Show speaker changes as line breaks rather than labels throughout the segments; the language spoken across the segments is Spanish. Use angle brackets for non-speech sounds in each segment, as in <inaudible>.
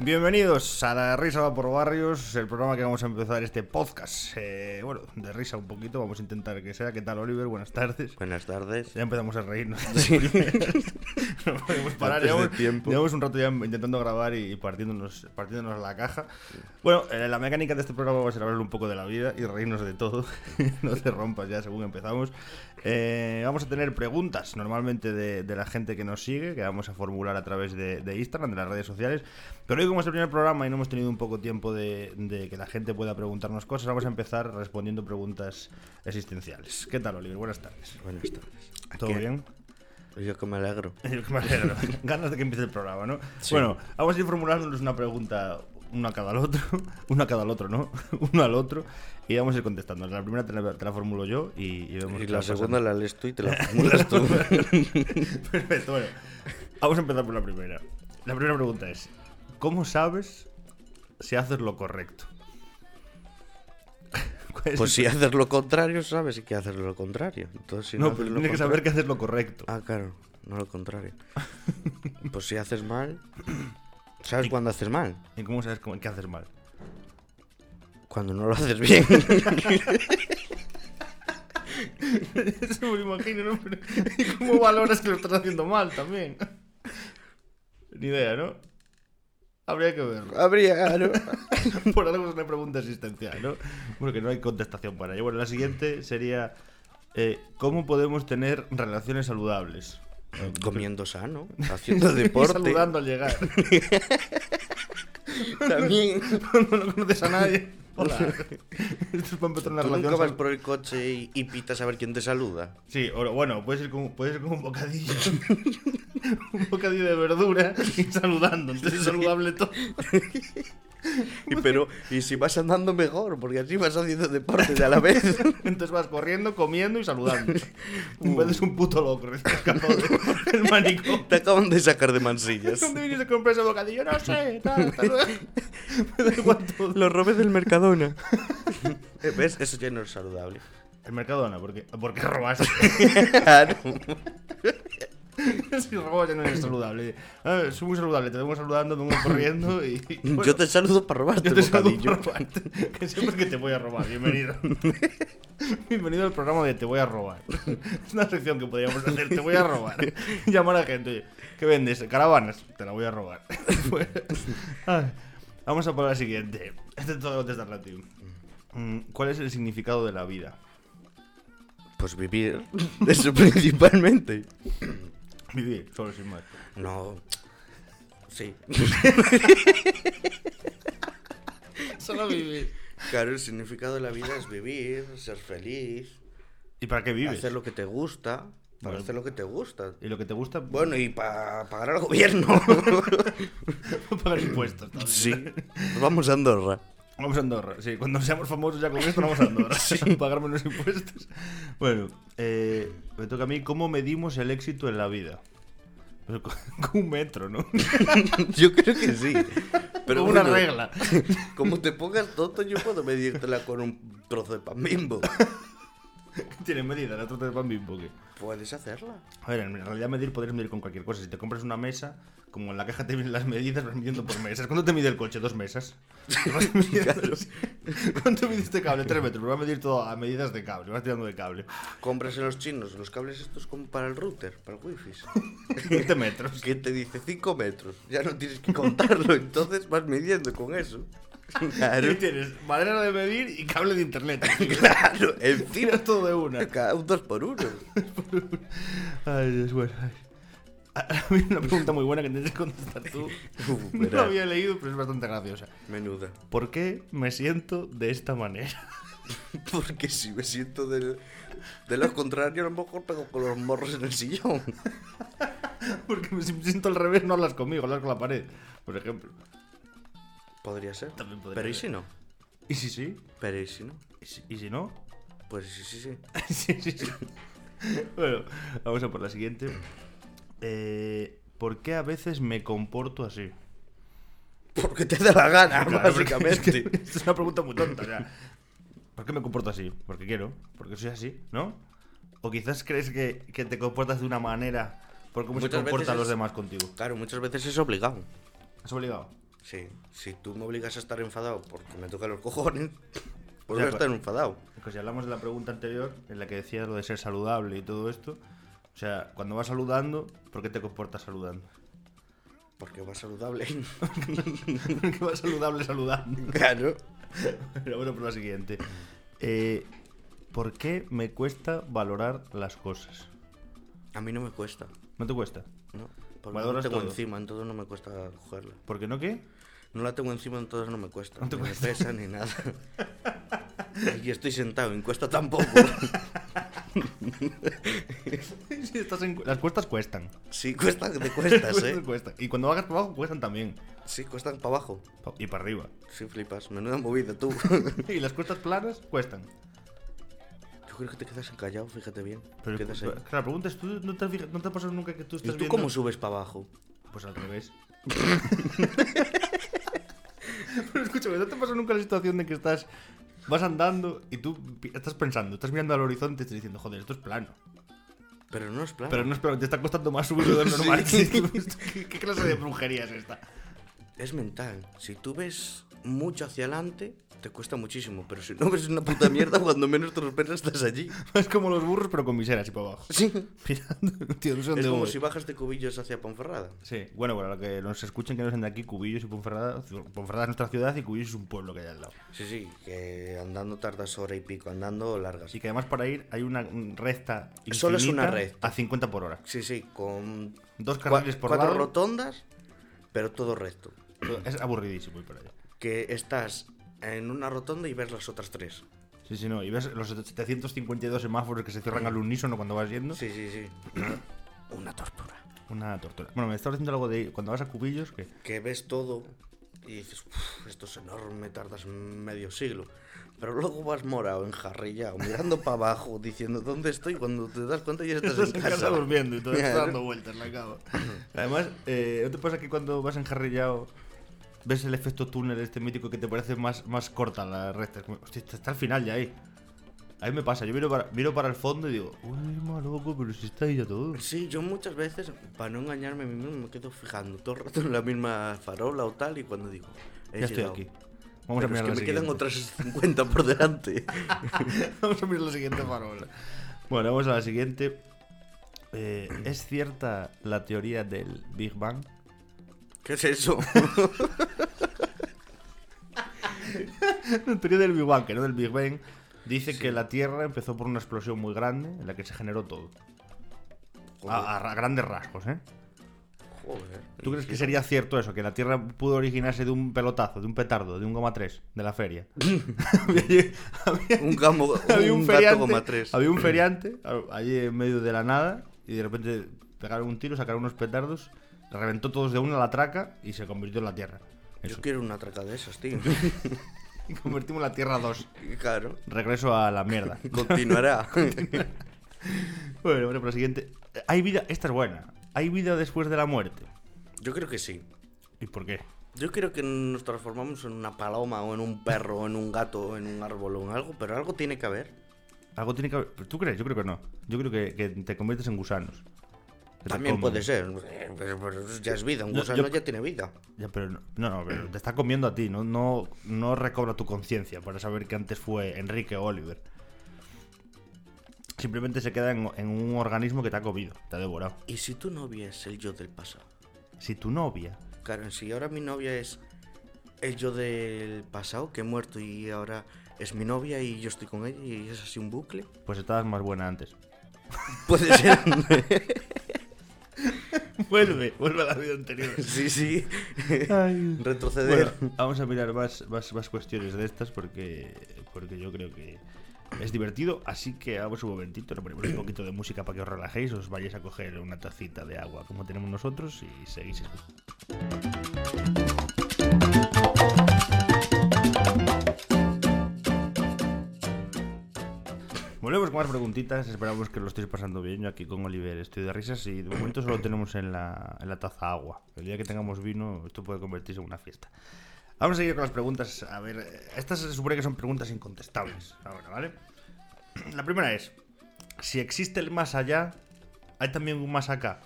Bienvenidos a La Risa va por Barrios, el programa que vamos a empezar este podcast. Eh, bueno, de risa un poquito, vamos a intentar que sea. ¿Qué tal, Oliver? Buenas tardes.
Buenas tardes.
Ya empezamos a
<laughs>
reírnos. <laughs> no podemos parar.
Antes de
Llevamos,
tiempo.
llevamos un rato ya intentando grabar y partiéndonos, partiéndonos la caja. Bueno, eh, la mecánica de este programa va a ser hablar un poco de la vida y reírnos de todo. <laughs> no te rompas ya según empezamos. Eh, vamos a tener preguntas normalmente de, de la gente que nos sigue, que vamos a formular a través de, de Instagram, de las redes sociales. Pero hoy como es el primer programa y no hemos tenido un poco tiempo de, de que la gente pueda preguntarnos cosas, vamos a empezar respondiendo preguntas existenciales. ¿Qué tal, Oliver? Buenas tardes.
Buenas tardes.
¿Todo
¿Qué?
bien?
Pues Yo que me alegro.
Yo que <laughs> me
<laughs>
alegro. Ganas de que empiece el programa, ¿no?
Sí.
Bueno, vamos a ir formulándonos una pregunta, una cada al otro, <laughs> una cada al otro, ¿no? <laughs> Uno al otro, y vamos a ir contestando. La primera te la, te la formulo yo y, y vemos
Y
qué
la
va <laughs>
segunda
pasando.
la lees tú y te <laughs> la formulas tú.
<laughs> Perfecto, bueno. Vamos a empezar por la primera. La primera pregunta es, ¿cómo sabes si haces lo correcto? <laughs> ¿Cuál es
Pues
el-
si haces lo contrario, sabes que haces lo contrario. Entonces, si no,
No,
haces
pero
lo
tienes que
contrario-
saber que haces lo correcto.
Ah, claro, no lo <laughs> contrario. Pues si haces mal, sabes cuando haces mal,
¿Y cómo sabes cómo- que haces mal?
cuando no lo haces bien.
<laughs> Eso me lo imagino, ¿no? Pero, ¿Y cómo valoras que lo estás haciendo mal también? Ni idea, ¿no? Habría que verlo. <laughs>
<laughs> Habría, ¿no?
Por algo es una pregunta existencial, ¿no? Bueno, que no hay contestación para ello. Bueno, la siguiente sería: eh, ¿Cómo podemos tener relaciones saludables? <laughs>
Comiendo <laughs> sano, haciendo deporte.
Saludando al llegar.
<laughs> También.
<laughs> no lo conoces a
<laughs>
nadie. Hola. <laughs> Esto es para empezar una
Tú
relación.
nunca vas
sal-
por el coche y, y pitas a ver quién te saluda.
Sí, o- bueno, puede ser como, puede ser como un bocadillo. <laughs> un bocadillo de verdura y saludando. Entonces es saludable todo.
Y, pero, y si vas andando mejor, porque así vas haciendo deporte de a la vez. <laughs>
Entonces vas corriendo, comiendo y saludando.
Uh.
Un vez es un puto loco, recién escapado de- <laughs> del manicomio.
Te acaban de sacar de
<laughs>
mansillas.
¿Dónde viniste a comprar ese bocadillo? No sé. tal, hasta luego.
<laughs>
Me da igual todo.
Lo robé del Mercadona. <laughs> Eh, ¿Ves? Eso ya no
<laughs>
es saludable.
El Mercadona, ¿por qué, ¿por qué robas?
<laughs> Claro.
si robas ya no eres saludable. Ah, soy muy saludable, te vengo saludando, te vengo corriendo y... y bueno,
Yo te saludo para robarte
Yo
el
te saludo
bocadillo.
por robarte, <laughs> Que siempre que te voy a robar. <laughs> Bienvenido. Bienvenido al programa de Te voy a robar. <laughs> Es una sección que podríamos hacer. Te voy a robar. <laughs> Llamar a gente. oye, ¿Qué vendes? Caravanas. Te la voy a robar. <laughs> Pues, ay, Vamos a por la siguiente. Este te lo voy a contestar a ti. Mm, ¿Cuál es el significado de la vida?
Pues vivir. Eso <laughs> principalmente.
Vivir, solo sin más.
No. Sí.
<laughs> Solo vivir.
Claro, el significado de la vida es vivir, ser feliz,
¿Y para qué vives?
hacer lo que te gusta. Para
Bueno.
hacer lo que te gusta.
¿Y lo que te gusta?
Bueno, y para pagar al gobierno.
<laughs> pagar impuestos. también.
sí. Vamos a Andorra.
Vamos a Andorra, sí. Cuando <laughs> seamos famosos ya con esto, vamos a Andorra. Pagar menos impuestos. Bueno, eh, me toca a mí. ¿Cómo medimos el éxito en la vida? Pues con, <laughs> con un metro, ¿no?
<laughs> Yo creo que sí. Pero
Pero una
bueno,
regla.
<laughs>
<laughs>
Como te pongas tonto, yo puedo medírtela con un trozo de pan bimbo.
Tiene medida la torta de pan bimbo. ¿qué?
Puedes hacerla.
A ver, en realidad medir podrías medir con cualquier cosa. Si te compras una mesa, como en la caja te vienen las medidas, vas midiendo por mesas. ¿Cuánto te mide el coche? ¿Dos mesas? Vas midiendo así. ¿Cuánto mide este cable? Tres metros. Pero vas a medir todo a medidas de cable. Vas tirando de cable.
Compras en los chinos los cables estos como para el router, para el wifi.
20 metros.
Que te dice 5 metros. Ya no tienes que contarlo, entonces vas midiendo con eso. Claro.
Ahí tienes madera de medir y cable de <laughs> internet.
<laughs> Claro,
Tiras
encima
todo de una.
cada un 2 por 1
Ay, Dios, bueno. ay. Ah, Hay una pregunta muy buena que tienes que contestar <laughs> tú. No la había leído, pero es bastante graciosa.
Menuda.
¿Por qué me siento de esta manera? <laughs>
Porque si me siento del, de lo contrario, a lo mejor pego con los morros en el sillón.
Porque me- si me siento al revés, no hablas conmigo, hablas con la pared, por ejemplo.
Podría ser.
También podría
Pero ¿y
ser.
si no?
¿Y si sí?
Pero ¿y si no?
¿Y si, y si no? <laughs>
Pues sí, sí, sí.
sí, sí, sí. Bueno, vamos a por la siguiente. Eh, ¿Por qué a veces me comporto así?
Porque te da la gana,
Claro, porque <laughs>
básicamente.
Es, que es una pregunta muy tonta. o sea, ¿Por qué me comporto así? Porque quiero, porque soy así, ¿no? O quizás crees que, que te comportas de una manera por cómo se
Muchas veces
comportan los
es-
demás contigo.
Claro, muchas veces es obligado.
¿Has obligado?
Sí, si tú me obligas a estar enfadado porque me toca los cojones, pues
Ya,
voy a estar
pues-
enfadado.
Pues si hablamos de la pregunta anterior, en la que decías lo de ser saludable y todo esto, o sea, cuando vas saludando, ¿por qué te comportas saludando? <laughs>
Porque va saludable. <laughs>
Porque vas saludable saludando.
claro.
Pero bueno, por la siguiente. Eh, ¿Por qué me cuesta valorar las cosas?
A mí no me cuesta.
¿No te cuesta?
No, porque no la
Valoras
tengo
todo.
encima, entonces no me cuesta cogerla.
¿Por qué no qué?
No la tengo encima, entonces no me cuesta.
No te
ni me
cuesta.
pesa
<laughs>
ni nada. y estoy sentado, y cuesta tampoco.
Si estás en cu- Las cuestas
<laughs>
cuestan.
<laughs> sí, cuesta,
<laughs>
te cuestas, ¿eh?
Cuestan. Y cuando bajas para abajo, cuestan también.
Sí, cuestan para abajo.
Pa- Y para
<laughs>
arriba.
Sí, flipas. Menuda movida,
<laughs>
tú.
Y las cuestas planas cuestan.
Yo creo que te quedas encallado, fíjate bien.
Pero
Quedas ahí.
pero, claro, la pregunta es, ¿tú no te, fija- no te ha pasado nunca que tú
¿Y
estás
tú
viendo-
cómo subes para abajo?
Pues al
<laughs>
revés. <laughs> Pero escúchame, ¿no te pasa nunca la situación de que estás. Vas andando y tú pi- estás pensando, estás mirando al horizonte y estás diciendo, joder, esto es plano.
Pero no es plano.
Pero no es plano, te está costando más subir de lo
<laughs> Sí.
normal. <laughs> ¿Qué, qué clase de brujería es esta? <laughs>
Es mental. Si tú ves mucho hacia adelante, te cuesta muchísimo. Pero si no ves una puta mierda, cuando menos te lo esperas, estás allí.
Es como los burros, pero con miseras y para abajo. <laughs>
Sí.
Mirando, tío, no sé
Es
dónde
como
voy.
si bajas de cubillos hacia Ponferrada.
Sí, bueno, para los que nos escuchen, que no sean de aquí, Cubillos y Ponferrada. Ponferrada es nuestra ciudad y Cubillos es un pueblo que hay al lado.
Sí, sí, que andando tardas hora y pico, andando largas.
Y que además para ir hay una mm, recta. Infinita
Solo es una recta.
A 50 por hora.
Sí, sí, con
Dos
cua-
carriles por
cuatro
lado.
rotondas, pero todo recto.
Es aburridísimo ir para allá.
Que estás en una rotonda y ves las otras tres.
Sí, sí, no. Y ves los 752 semáforos que se cierran al unísono cuando vas yendo.
Sí, sí,
<clears throat>
sí. Una tortura.
Una tortura. Bueno, me estaba diciendo algo de cuando vas a cubillos que.
que ves todo y dices, "Uf, esto es enorme, tardas medio siglo. Pero luego vas morado, enjarrillado, mirando para abajo, diciendo dónde estoy, cuando te das cuenta ya estás,
Estás en casa durmiendo y todo, estás
Claro.
dando vueltas en la cama. Además, eh, ¿no te pasa que cuando vas enjarrillado ves el efecto túnel este mítico que te parece más, más corta la recta? Es como, Hostia, está, está al final ya ahí. A mí me pasa, yo miro para, miro para el fondo y digo, uy, maloco, pero si está ahí ya todo.
Sí, yo muchas veces, para no engañarme a mí mismo, me quedo fijando todo el rato en la misma farola o tal, y cuando digo, "He
Ya estoy
llegado".
aquí.
Pero
Vamos a
es
mirar
que
la
me quedan
siguiente.
otras 50 por delante.
<laughs> Vamos a mirar la siguiente farola. Bueno, vamos a la siguiente. Eh, ¿Es cierta la teoría del Big Bang?
¿Qué
<laughs>
es eso?
La teoría del Big Bang, que no del Big Bang, dice que la Tierra empezó por una explosión muy grande en la que se generó todo. A, a ra- grandes rasgos, ¿eh?
Joder.
Ah, ¿Tú crees que sería cierto eso? Que la Tierra pudo originarse de un pelotazo, de un petardo, de un goma 3, de la
<laughs>
feria. había, había-
Un, gamo,
<laughs> había
un,
un
gato
feriante,
goma 3.
había un feriante a- allí en medio de la nada y de repente pegaron un tiro, sacaron unos petardos, reventó todos de una la traca y se convirtió en la Tierra.
Yo quiero una traca de esas,
<laughs>
tío.
Y <laughs> convertimos la Tierra 2.
claro.
Regreso a la mierda.
Continuará. <laughs>
Bueno, bueno, pero la siguiente. Hay vida, esta es buena. Hay vida después de la muerte.
Yo creo que sí.
¿Y por qué?
Yo creo que nos transformamos en una paloma o en un perro o en un gato o en un árbol o en algo, pero algo tiene que haber.
Algo tiene que haber. ¿Tú crees? Yo creo que no. Yo creo que, que te conviertes en gusanos. Que te
También
comen.
puede ser. eh, Pero, pero eso ya es vida, un
Yo-
gusano
yo-
ya tiene vida.
Ya, pero no, no, no, pero te está comiendo a ti. No, no, no recobra tu conciencia para saber que antes fue Enrique o Oliver. Simplemente se queda en, en un organismo que te ha comido, te ha devorado.
¿Y si tu novia es el yo del pasado?
Si tu novia.
Claro, si ahora mi novia es el yo del pasado, que he muerto y ahora es mi novia y yo estoy con ella y es así un bucle.
Pues estabas más buena antes.
Puede
<laughs>
ser. <laughs>
vuelve, vuelve a la vida anterior.
sí, sí.
Ay.
Retroceder.
Ah. Bueno, vamos a mirar más, más, más cuestiones de estas porque, porque yo creo que es divertido. Así que vamos un momentito, le ponemos un poquito de música para que os relajéis, os vayáis a coger una tacita de agua como tenemos nosotros y seguís escuchando. Volvemos con más preguntitas, esperamos que lo estéis pasando bien. Yo aquí con Oliver estoy de risas y de momento solo tenemos en la, en la taza agua. El día que tengamos vino, esto puede convertirse en una fiesta. Vamos a seguir con las preguntas. A ver, eh, estas se supone que son preguntas incontestables ahora, ¿vale? La primera es: si existe el más allá, ¿hay también un más acá?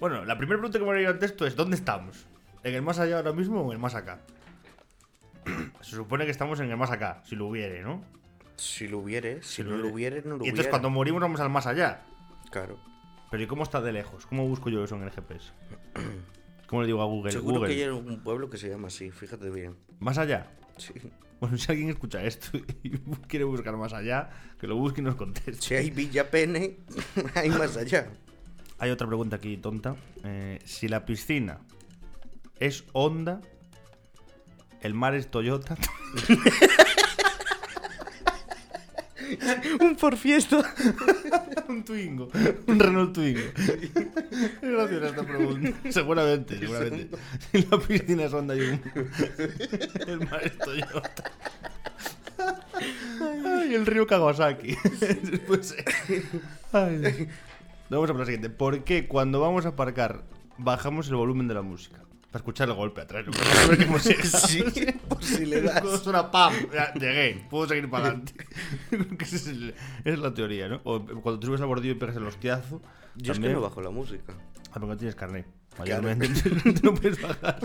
Bueno, la primera pregunta que me haría antes es: ¿dónde estamos? ¿En el más allá ahora mismo o en el más acá? Se supone que estamos en el más acá, si lo hubiere, ¿no?
Si lo hubiere, si, no
hubiere.
lo hubiere, no lo
Y entonces
hubiera.
cuando morimos vamos al más allá.
Claro.
Pero ¿y cómo está de lejos? ¿Cómo busco yo eso en el
<clears throat>
GPS? ¿Cómo le digo a Google?
Seguro
Google,
que hay un pueblo que se llama así, fíjate bien.
Más allá.
Sí.
Bueno, <laughs> si alguien escucha esto y quiere buscar más allá, que lo busque y nos conteste.
Si hay Villa Pene, <laughs> hay más allá.
Hay otra pregunta aquí tonta. Eh, si la piscina es Honda, el mar es Toyota.
Un por fiesta.
<laughs> un Twingo. Un Renault <laughs> Twingo. Es graciosa esta pregunta. <laughs> Seguramente, seguramente. <laughs> Si la piscina es Honda y un... <laughs> el mar es Toyota. Ay, el río Kawasaki. <laughs> Pues, eh, ay, Dios. <laughs> Vamos a por la siguiente. ¿Por qué cuando vamos a aparcar bajamos el volumen de la música? Para escuchar el golpe atrás. ¿no? <laughs> Para saber que hemos llegado.
Sí,
<laughs>
por si le
Todo
das.
suena pam, ya, llegué, puedo seguir para <laughs> adelante. Esa es, el- esa es la teoría, ¿no? O cuando te subes al bordillo y pegas el hostiazo.
Yo es que
también.
no bajo la música.
Ah, porque no tienes carnet.
Claro.
Mayormente <laughs> no puedes bajar.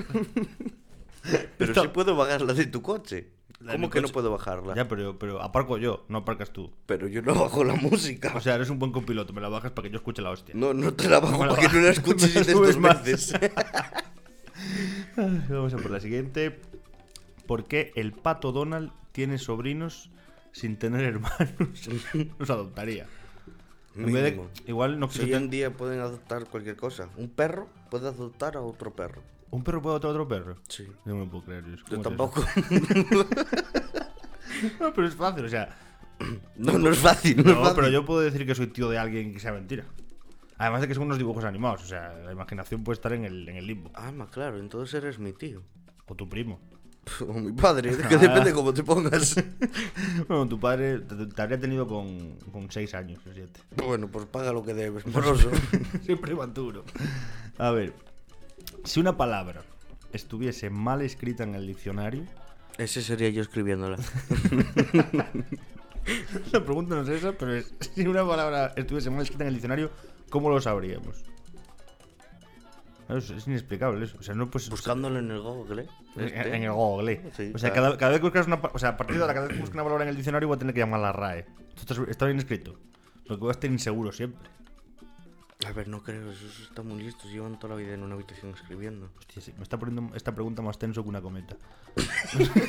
Pero
Está-
sí puedo bajar la de tu coche.
La de mi
¿Cómo que no
coche.
puedo bajarla?
Ya, pero, pero aparco yo, no aparcas tú.
Pero yo no bajo la música.
O sea, eres un buen copiloto, me la bajas para que yo escuche la hostia.
no, no te la bajo
No me la
para que
<laughs>
no la
bajas.
escuches
No
y des
subes
dos
más.
<laughs> veces.
Ay, Vamos a por la siguiente. ¿Por qué el pato Donald tiene sobrinos sin tener hermanos? <laughs> Los adoptaría. En vez de-
Mínimo.
igual no
Si
quiso
hoy en día pueden adoptar cualquier cosa. Un perro puede adoptar a otro perro.
¿Un perro puede adoptar a otro perro?
Sí.
No me lo puedo creer. Luis, ¿cómo es
Yo
eso?
tampoco.
No, pero es fácil, o sea.
No, no es fácil. No, es
No,
fácil.
pero yo puedo decir que soy tío de alguien que sea mentira. Además de que son unos dibujos animados, o sea, la imaginación puede estar en el, en el limbo.
Ah, ma, claro, entonces eres mi tío.
O tu primo. <laughs>
O mi padre, es que depende cómo te pongas.
Bueno, tu padre te, te habría tenido con, con 6 años o 7.
<laughs> Bueno, pues paga lo que debes, <laughs> moroso.
<laughs> Siempre duro. A ver, si una palabra estuviese mal escrita en el diccionario, <laughs>
Ese sería yo escribiéndola.
la pregunta no es esa, pero es, <laughs> si una palabra estuviese mal escrita en el diccionario, ¿cómo lo sabríamos? Claro, Es, es inexplicable eso. O sea, no puedes
Buscándolo en el Google, ¿eh?
En,
Este.
Pues en el Google.
Sí,
o sea,
claro.
cada, cada vez que buscas una. pa- O sea, a partir de ahora, cada vez que busques una palabra en el diccionario, voy a tener que llamar a la RAE. Esto está, está bien escrito. Lo que voy a estar inseguro siempre.
A ver, no creo, esos están muy listos, llevan toda la vida en una habitación escribiendo.
Hostia, sí, me está poniendo esta pregunta más tenso que una cometa.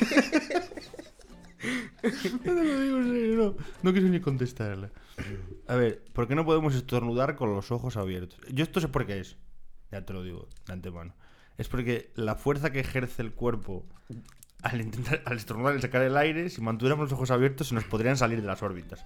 <laughs> no te lo digo en serio, no. No quiso ni contestarla. A ver, ¿por qué no podemos estornudar con los ojos abiertos? Yo esto sé por qué es. Ya te lo digo de antemano. Es porque la fuerza que ejerce el cuerpo al intentar al estornudar y sacar el aire, si mantuviéramos los ojos abiertos, se nos podrían salir de las
<laughs>
órbitas.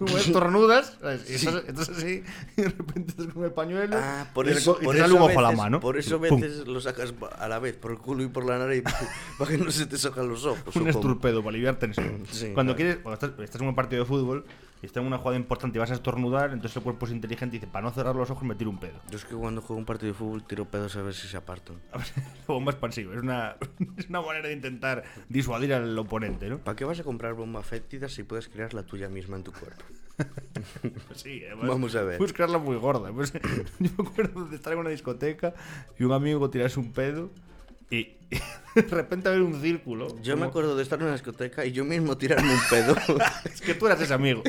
Como estornudas, ¿sabes? Y estás, estás así, <laughs> y de repente estás con el pañuelo.
Ah, por
y te
eso,
reco- y
por
te sale
eso
un
a
ojo a la
veces-
mano.
Por eso a
Pum.
veces lo sacas pa- a la vez, por el culo y por la nariz, <laughs> para que no se te socan los ojos.
un
supongo.
esturpedo para aliviar tensión.
<clears throat> Sí,
cuando
claro.
quieres, cuando estás, estás en un partido de fútbol y estás en una jugada importante y vas a estornudar, entonces el cuerpo es inteligente y dice, para no cerrar los ojos me tiro un pedo. <laughs>
Yo es que cuando juego un partido de fútbol tiro pedos a ver si se apartan.
<laughs> Bomba expansiva, es una, <laughs> es una manera de intentar disuadir al oponente,
<laughs>
¿no?
¿Para qué vas a comprar bomba fétida si puedes crear la tuya misma en tu cuerpo?
Sí, además,
Vamos a ver.
Puedes crearla muy gorda. Pues, <laughs> yo me acuerdo de estar en una discoteca y un amigo tirase un pedo y, <laughs> y de repente haber un círculo.
Yo me
como-
acuerdo de estar en una discoteca y yo mismo tirarme un
<laughs>
pedo.
Es que tú eras ese
<laughs>
amigo.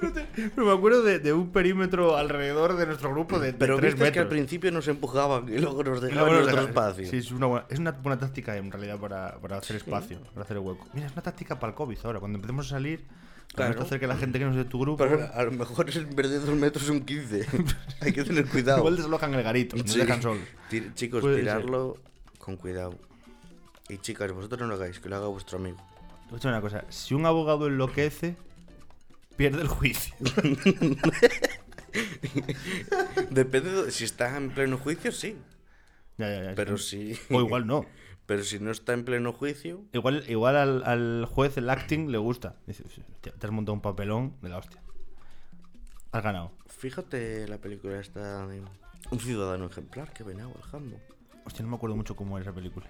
No te- Pero me acuerdo de, de un perímetro alrededor de nuestro grupo de, de
Pero
tres
viste que al
metros.
principio nos empujaban y luego nos
Y
dejaban
luego nos
en otro
dejaron-
espacio.
Sí, es una buena, es una buena táctica en realidad para, para hacer espacio, para hacer hueco. Mira, es una táctica para el COVID ahora. Cuando empecemos a salir, para no
Claro.
hacer que la gente que no es de tu grupo.
Pero a lo mejor en vez de dos metros son
<laughs>
15. Hay que tener cuidado.
Igual deslocan el garito, nos
Sí.
dejan solos.
Tir- chicos,
Puede
tirarlo con cuidado. Y chicas, vosotros no lo hagáis, que lo haga vuestro amigo.
Te voy a decir una cosa: si un abogado enloquece, pierde el juicio.
Depende de si está en pleno juicio, sí.
Ya, ya, ya.
Pero si, <laughs>
O igual no.
pero si no está en pleno juicio,
Igual, igual al, al juez el acting le gusta. Dice, "Hostia, te has montado un papelón de la hostia. Has ganado.
fíjate la película esta de un ciudadano ejemplar que venía al jambo.
Hostia, no me acuerdo mucho cómo era esa película.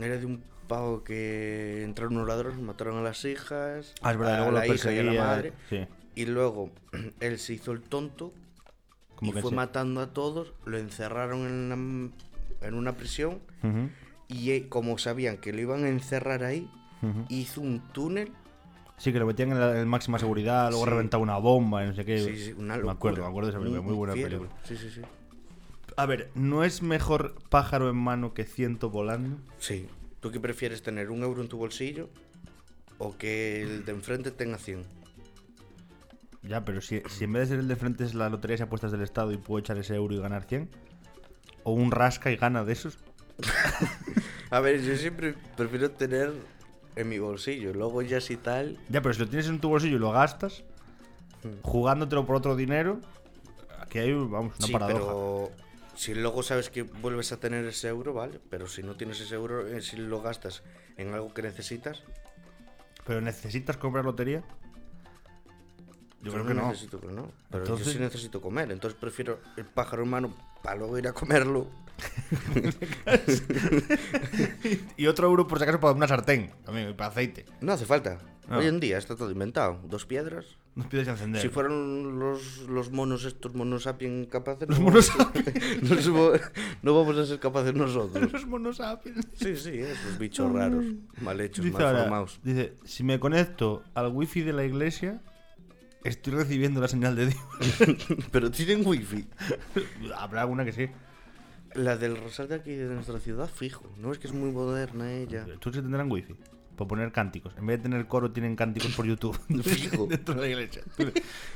Era de un pavo que entraron unos ladrones, mataron a las hijas,
Ah, es verdad,
a
luego
la
lo
hija y a la
perseguía,
<clears throat> madre.
sí.
Y luego él se hizo el tonto
Como
y
que
fue
se-
matando a todos, lo encerraron en una, en una prisión
Ujú,
y eh, como sabían que lo iban a encerrar ahí,
ujú.
hizo un túnel
Sí, que lo metían en la en máxima seguridad, luego
Sí.
reventaba una bomba, no sé qué.
Sí, sí, una locura.
Eh, Me acuerdo, me acuerdo de esa película,
Un
muy buena
infierno.
película.
Sí, sí, sí.
A ver, ¿no es mejor pájaro en mano que ciento volando?
Sí. ¿Tú qué prefieres tener un euro en tu bolsillo o que el de enfrente tenga 100?
Ya, pero si, si en vez de ser el de frente es la lotería de apuestas del Estado y puedo echar ese euro y ganar 100, o un rasca y gana de esos,
A ver, yo siempre prefiero tener en mi bolsillo. Luego ya si tal,
Ya, pero si lo tienes en tu bolsillo y lo gastas, jugándotelo por otro dinero, aquí hay, vamos, una
sí,
paradoja.
pero si luego sabes que vuelves a tener ese euro, vale. Pero si no tienes ese euro, eh, si lo gastas en algo que necesitas,
Pero necesitas comprar lotería. Yo creo que no.
necesito que no. Pero yo
Entonces-
sí necesito comer, entonces prefiero el pájaro humano para luego ir a comerlo.
<laughs> Y otro euro por si acaso para una sartén, también, y para aceite.
No hace falta.
No.
Hoy en día está todo inventado. Dos piedras.
Nos pides encender.
Si fueran los, los monos, estos monos sapiens capaces.
Los
no-
monos
<laughs> no, somos- no vamos a ser capaces
<laughs>
nosotros.
Los monos sapiens.
Sí, sí, esos bichos raros. Mal hechos,
Mm. Dice,
mal
ahora,
formados. <laughs>
dice, si me conecto al wifi de la iglesia, estoy recibiendo la señal de Dios.
Pero tienen wifi.
Habrá alguna que sí.
La del Rosal de aquí, de nuestra ciudad, fijo. No es que es muy moderna ella.
Tú sí tendrán wifi. Por poner cánticos. En vez de tener coro, tienen cánticos por
<laughs>
YouTube.
Fijo.
<laughs> Dentro de la iglesia.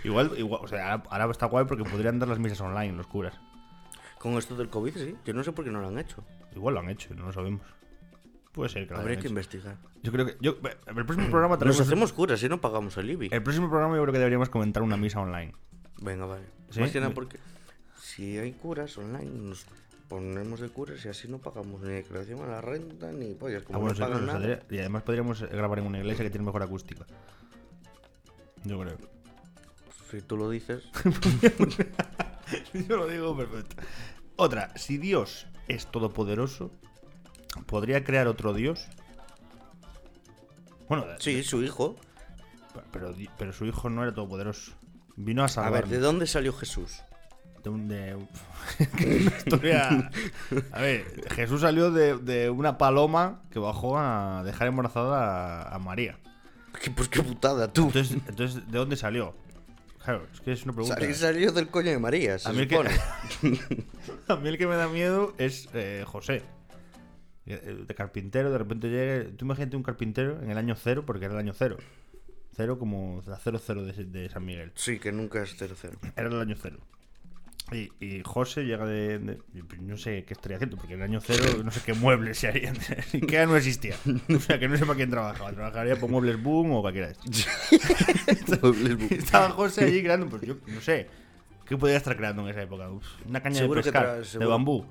igual, igual, o sea, ahora- ahora está guay porque podrían dar las misas online, los curas.
Con esto del COVID, sí. Yo no sé por qué no lo han hecho.
Igual lo han hecho, no lo sabemos. Puede ser que lo
Habría
hayan hecho.
que investigar.
Yo creo que. yo- el
<clears throat>
próximo programa
Nos
tenemos.
hacemos curas si no pagamos el IBI.
El próximo programa yo creo que deberíamos comentar una misa online.
Pues Venga, vale.
¿Sí?
Más que nada
Me-
porque si hay curas online, nos ponemos de curas y así no pagamos ni declaración a la renta ni pollas. Como
Ah, bueno,
no
sí,
pagan
nos
nada.
saldría- y además podríamos eh, grabar en una iglesia que tiene mejor acústica. Yo
<laughs>
creo.
Si tú lo dices. <laughs>
Yo lo digo perfecto. Otra, si Dios es todopoderoso, ¿podría crear otro Dios? Bueno,
sí, su hijo.
pero, di- pero su hijo no era todopoderoso. Vino a
A
salvar
ver, ¿de dónde salió Jesús? <laughs>
de <laughs> un- de- que es una historia... A ver, Jesús salió de, de una paloma que bajó a dejar embarazada a, a María.
Que, pues qué putada, tú.
Entonces, entonces, ¿de dónde salió? Claro, es que es una pregunta.
Sal- salió del coño de María, se
A mí, el que,
supone.
a mí el que me da miedo es eh, José. Eh, De carpintero, de repente llega. Tú imagínate un carpintero en el año cero, porque era el año cero. Cero como la 00 de, de San Miguel.
Sí, que nunca
<laughs>
es tercero.
Era el año cero. Y, y José llega de, de- y pues No sé qué estaría haciendo, porque en el año cero no sé qué muebles se harían. <laughs> Ikea no existía. O sea, que no sé para quién trabajaba. Trabajaría por muebles boom o cualquiera de estos. Y <laughs> estaba José allí creando, pues yo no sé. ¿Qué podía estar creando en esa época? Uf, Una caña
Seguro
de
que
pescar,
tra-
de
seguro-
bambú.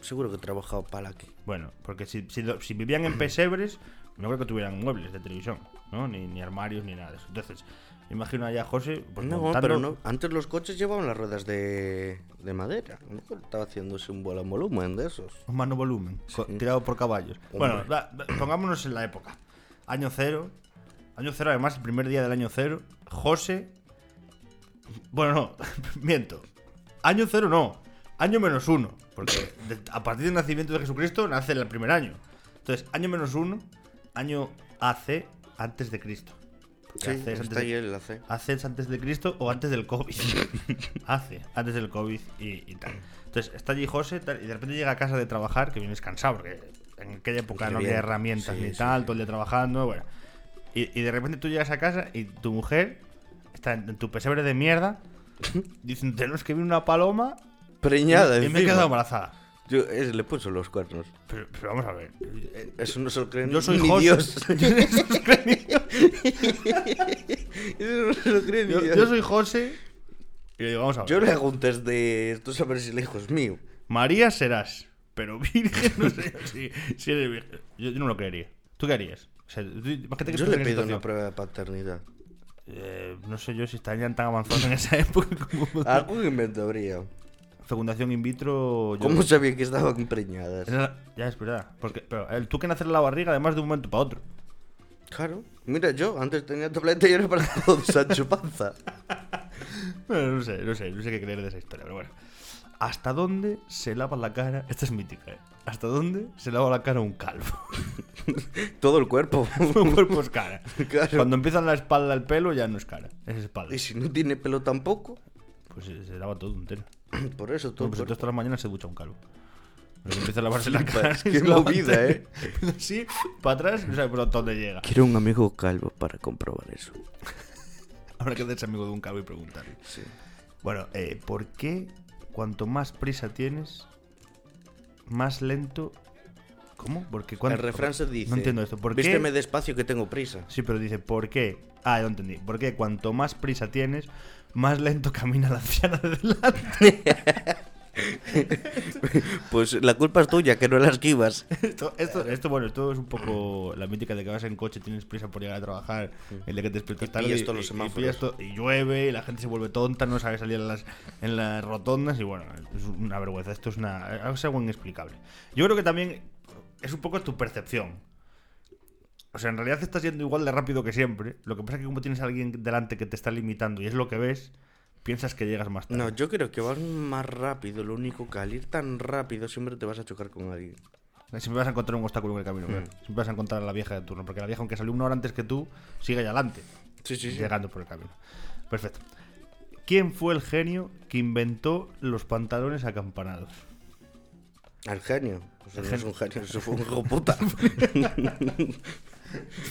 Seguro que trabajaba para aquí.
Bueno, porque si, si lo- si vivían
<clears throat>
en pesebres, no creo que tuvieran muebles de televisión, ¿no? Ni, ni armarios ni nada de eso. Entonces, imagino allá a José pues,
no,
montando-
pero no. Antes los coches llevaban las ruedas de, de madera. A lo mejor estaba haciéndose un buen volumen de esos.
un mano volumen, co- tirado por caballos. Bueno, va- va- pongámonos en la época. Año cero. Año cero, además, el primer día del año cero. José. Bueno, no, <laughs> miento. Año cero no. Año menos uno. Porque de- a partir del nacimiento de Jesucristo nace el primer año. Entonces, año menos uno, año AC antes de Cristo. Porque
Sí,
AC es antes
está
de-
ahí el AC.
¿Haces antes de Cristo o antes del
<laughs>
COVID? Hace, antes del COVID y, y tal. Entonces, está allí José tal, y de repente llega a casa de trabajar, que vienes cansado, porque en aquella época
Viene
no había
bien.
herramientas
Sí,
ni
sí,
tal, todo el día trabajando, bueno. Y, y de repente tú llegas a casa y tu mujer está en, en tu pesebre de
<laughs>
mierda diciendo, tenemos que vi una paloma y,
Preñada,
y me he
encima.
quedado embarazada.
Yo eh, le puso los cuernos.
Pero, pero vamos a ver. eh,
Eso no se lo creen
Yo soy
ni
José.
Dios.
<laughs>
<laughs>
Yo soy-
Eso no se lo creen ni
yo,
Dios.
yo soy José. Y le digo, vamos a ver.
Yo le hago un test de esto a ver si el hijo es mío.
María serás, pero virgen, no sé <laughs> si, si eres virgen. Yo, yo no lo creería. ¿Tú qué harías? O sea, tú- imagínate que
Yo
tú
le
en esa
pido una
situación.
prueba de paternidad.
Eh, no sé yo si estarían tan avanzados en esa <laughs> época como
Algún invento habría.
fecundación in vitro. yo-
¿Cómo sabía que estaban preñadas?
Era- ya es verdad. Porque, pero el tú que nacer en la barriga, además de un momento para otro. <laughs>
<laughs> Claro. Mira, yo antes tenía tableta y era para todo Sancho Panza.
Bueno, no sé, no sé, no sé qué creer de esa historia, pero bueno. ¿Hasta dónde se lava la cara? Esta es mítica, ¿eh? ¿Hasta dónde se lava la cara un calvo? <laughs>
Todo el cuerpo.
un cuerpo es cara.
<laughs> Claro.
Cuando empieza en la espalda el pelo, ya no es cara, es espalda.
Y si no tiene pelo tampoco, <clears throat>
Pues se, se lava todo entero.
por eso todo
Bueno,
el
pues entonces
cuerpo.
todas las mañanas se ducha un calvo. Pero empieza a lavarse la
Flipas,
cara.
qué
y se la
movida,
mantiene.
¿eh?
<laughs> Sí, para atrás, no sabe por dónde llega.
Quiero un amigo calvo para comprobar eso.
Habrá que hacerse amigo de un calvo y preguntarle.
Sí.
Bueno, eh, ¿por qué cuanto más prisa tienes, más lento. ¿Cómo? Porque cuando.
El refrán se dice.
No entiendo esto. ¿Por qué?
Vísteme despacio que tengo prisa.
Sí, pero dice, ¿por qué? Ah, ya lo entendí. ¿Por qué cuanto más prisa tienes, más lento <laughs> camina la anciana de delante?
Pues la culpa es tuya, que no la esquivas.
Esto, esto, esto, bueno, esto es un poco la mítica de que vas en coche, tienes prisa por llegar a trabajar, el de que te despiertas
Y
tarde
pillas todos los semáforos.
pillas to- y llueve, y la gente se vuelve tonta, no sabe salir en las, en las rotondas y bueno, es una vergüenza, esto es, una, es algo inexplicable. Yo creo que también es un poco tu percepción. O sea, en realidad estás yendo igual de rápido que siempre, lo que pasa es que como tienes a alguien delante que te está limitando y es lo que ves, piensas que llegas más tarde.
No, yo creo que vas más rápido. Lo único que al ir tan rápido siempre te vas a chocar con alguien.
Siempre vas a encontrar un obstáculo en el
Hmm.
camino, claro. siempre vas a encontrar a la vieja de turno, porque la vieja, aunque salió una hora antes que tú, sigue ya adelante.
Sí, sí, sí.
llegando por el camino. Perfecto. ¿Quién fue el genio que inventó los pantalones acampanados?
<laughs> Al genio. O sea, no es un genio, eso fue un hijo puta.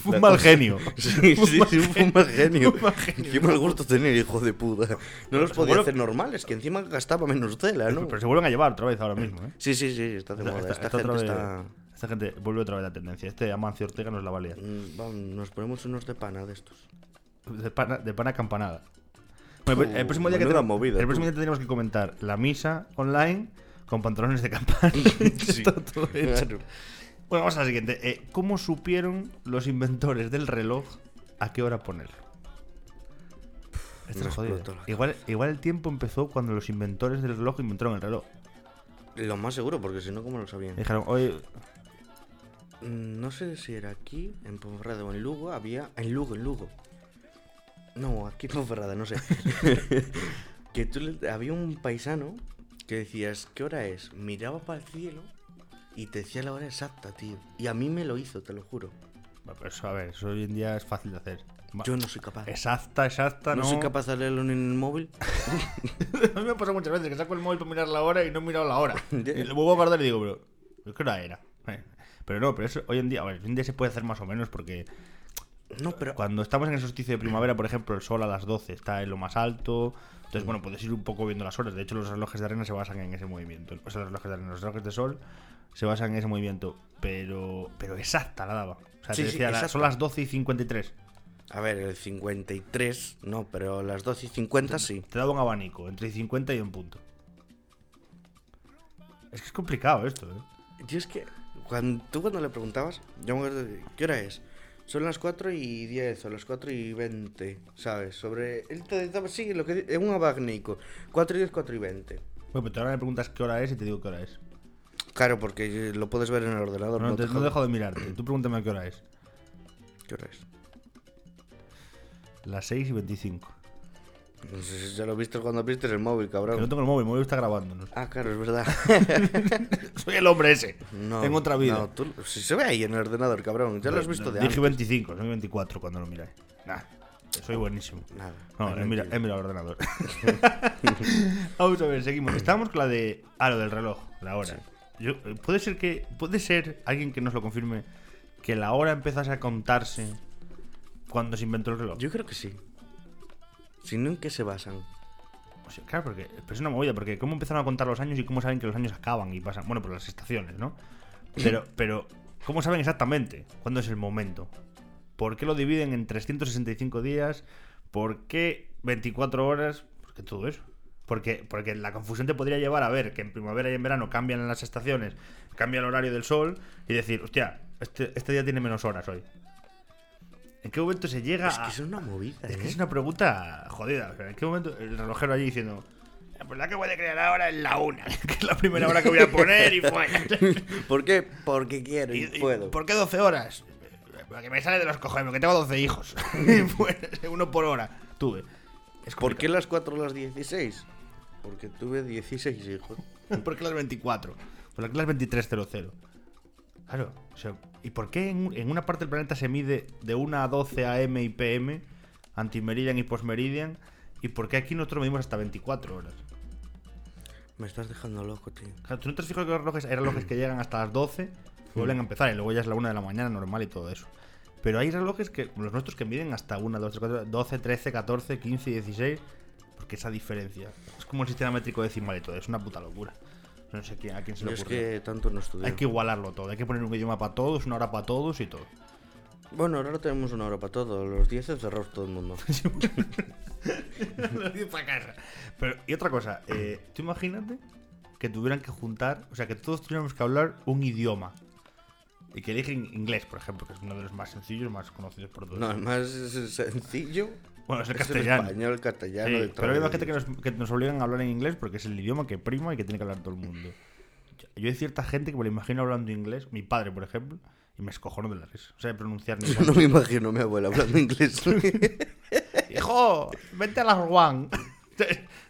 Fue un
La
mal
cosa-
genio.
<laughs> Sí, sí, sí, fue un mal genio.
Un mal
<laughs>
genio.
Qué mal gusto tener, hijo de puta. No los podía
Seguro-
hacer normales, que encima gastaba menos tela, ¿no?
Pero se vuelven a llevar otra vez ahora mismo, ¿eh?
Sí, sí, sí, está de moda. Esta,
otra
gente
vez-
está...
esta gente vuelve otra vez a la tendencia. Este Amancio Ortega nos la va a liar.
Mm, Vamos, nos ponemos unos de pana de estos.
De pana, de pana acampanada. Bueno, pues, el
Uh,
próximo día que
menuda
ten-
movida,
el
tú.
próximo día tendríamos que comentar la misa online con pantalones de
<laughs>
campana. <laughs> Está todo hecho.
Claro.
Bueno, vamos a la siguiente. Eh, ¿Cómo supieron los inventores del reloj a qué hora ponerlo? Esto
Me
es jodido.
explotó la
Igual, igual el tiempo empezó cuando los inventores del reloj inventaron el reloj.
Mm. Lo más seguro, porque si no, ¿cómo lo sabían?
Dijeron, oye,
Mm, No sé si era aquí, en Ponferrada o en Lugo, había... En Lugo, en Lugo. No, aquí en Ponferrada,
<laughs>
no sé. que tú le- había un paisano que decías, ¿qué hora es? Miraba para el cielo y te decía la hora exacta, tío. Y a mí me lo hizo, te lo juro.
bueno, pero eso, a ver, eso hoy en día es fácil de hacer. Va-
Yo no soy capaz.
Exacta, exacta,
no,
no.
soy capaz de leerlo ni en el
<laughs>
móvil.
a mí me ha pasado muchas veces que saco el móvil para mirar la hora y no he mirado la hora. y
<laughs> Ya.
lo vuelvo a guardar y digo, pero, ¿qué hora era? Eh, Pero no, pero eso hoy en día, a ver, hoy en día se puede hacer más o menos porque
No, pero...
Cuando estamos en el solsticio de primavera, por ejemplo, el sol a las 12 está en lo más alto. Entonces, bueno, puedes ir un poco viendo las horas. De hecho, los relojes de arena se basan en ese movimiento. O sea, los relojes de arena, los relojes de sol se basan en ese movimiento. Pero, pero exacta la daba. O sea,
Sí,
te
sí,
decía, la-
exacta.
son las 12 y 53.
A ver, el 53, no, pero las 12 y
Mm.
50 sí.
Te daba un abanico, entre 50 y un punto. Es que es complicado esto, ¿eh?
Yo es que, cuando, tú cuando le preguntabas, yo me acuerdo, de, ¿qué hora es? Son las 4 y 10 o las 4 y 20, ¿sabes? Sobre. Él te daba, sí, lo que di- es un abanico. 4 y 10, 4 y 20.
Bueno, pero tú ahora me preguntas qué hora es y te digo qué hora es.
Claro, porque eh, lo puedes ver en el ordenador.
No,
No,
te-
te
no
jodas.
dejo de mirarte. Tú pregúntame a qué hora es.
¿Qué hora es?
Las 6 y 25.
No sé si ya lo viste cuando viste el móvil,
Que no
cabrón.
tengo el móvil, el móvil está grabándonos.
Ah, claro, es verdad.
<laughs> Soy el hombre ese.
No,
en otra vida.
No, tú- si se ve ahí en el ordenador, cabrón. Ya lo has visto de
Dije
antes.
25, soy 24 cuando lo miráis. Nah, soy buenísimo.
Nada.
No,
es
he mira-
mentira.
he mirado el ordenador. <laughs> Vamos a ver, seguimos. Estábamos con la de. Ah, lo del reloj, la hora. Yo- eh, puede ser que. Puede ser alguien que nos lo confirme que la hora empezase a contarse cuando se inventó el reloj.
Yo creo que sí. Si no, ¿en qué se basan?
O sea, Pues, claro, porque pero es una movida, porque cómo empezaron a contar los años y cómo saben que los años acaban y pasan. Bueno, por las estaciones, ¿no? Pero, pero, ¿cómo saben exactamente cuándo es el momento? ¿Por qué lo dividen en 365 días? ¿Por qué 24 horas? ¿Por qué todo eso? Porque, porque la confusión te podría llevar a ver que en primavera y en verano cambian las estaciones, cambia el horario del sol y decir, hostia, este, este día tiene menos horas hoy. ¿En qué momento se llega
Es que
a-
es una movida,
Ah. es que
¿eh?
es una pregunta jodida. o sea, ¿En qué momento el relojero allí diciendo, "Eh, pues la que voy a crear ahora es la una, <laughs> que es la primera hora que voy a poner y fue.
<laughs> ¿Por qué? Porque quiero y,
<laughs> Y- y,
puedo.
¿Por qué 12 horas?
<laughs>
<laughs> Porque me sale de los cojones, porque tengo 12 hijos. Y fuera, uno por hora. Tuve. Es
¿Por qué
complicado.
las 4 o las 16? Porque tuve 16 hijos.
¿Por qué las 24? ¿Por qué las 23.00? Claro, o sea, ¿y por qué en, en una parte del planeta se mide de 1 a 12 AM y PM, antimeridian y postmeridian, y por qué aquí nosotros medimos hasta 24 horas?
Me estás dejando loco, tío.
O sea, ¿tú no te has fijado que los relojes, hay relojes que llegan hasta las 12 y vuelven a empezar, y luego ya es la 1 de la mañana normal y todo eso? Pero hay relojes que, los nuestros, que miden hasta 1, 2, 3, 4, 12, 13, 14, 15, 16, porque esa diferencia es como el sistema métrico decimal y todo, es una puta locura. No sé quién- a quién se
Yo
le
es
ocurre.
que tanto no estudié.
Hay que igualarlo todo, hay que poner un idioma para todos, una hora para todos y todo.
Bueno, ahora tenemos una hora para todo. Los 10 cerró todo
<laughs>
el mundo.
Lo digo para casa. Pero, y otra cosa, eh, tú imagínate que tuvieran que juntar, o sea, que todos tuviéramos que hablar un idioma. Y que eligen inglés, por ejemplo, que es uno de los más sencillos, más conocidos por todos.
No, el más sencillo
bueno, es el
es el
castellano.
español, el castellano.
Sí,
de toda
pero hay
la
gente que
vida.
nos, que nos obligan a hablar en inglés porque es el idioma que prima y que tiene que hablar todo el mundo. Yo hay cierta gente que me lo imagino hablando inglés, mi padre, por ejemplo, y me escojono de la risa. O sea, de pronunciar ni
Yo <laughs> <laughs> no me imagino a mi abuela
<laughs>
hablando inglés.
Hijo, vete a las <laughs> Juan.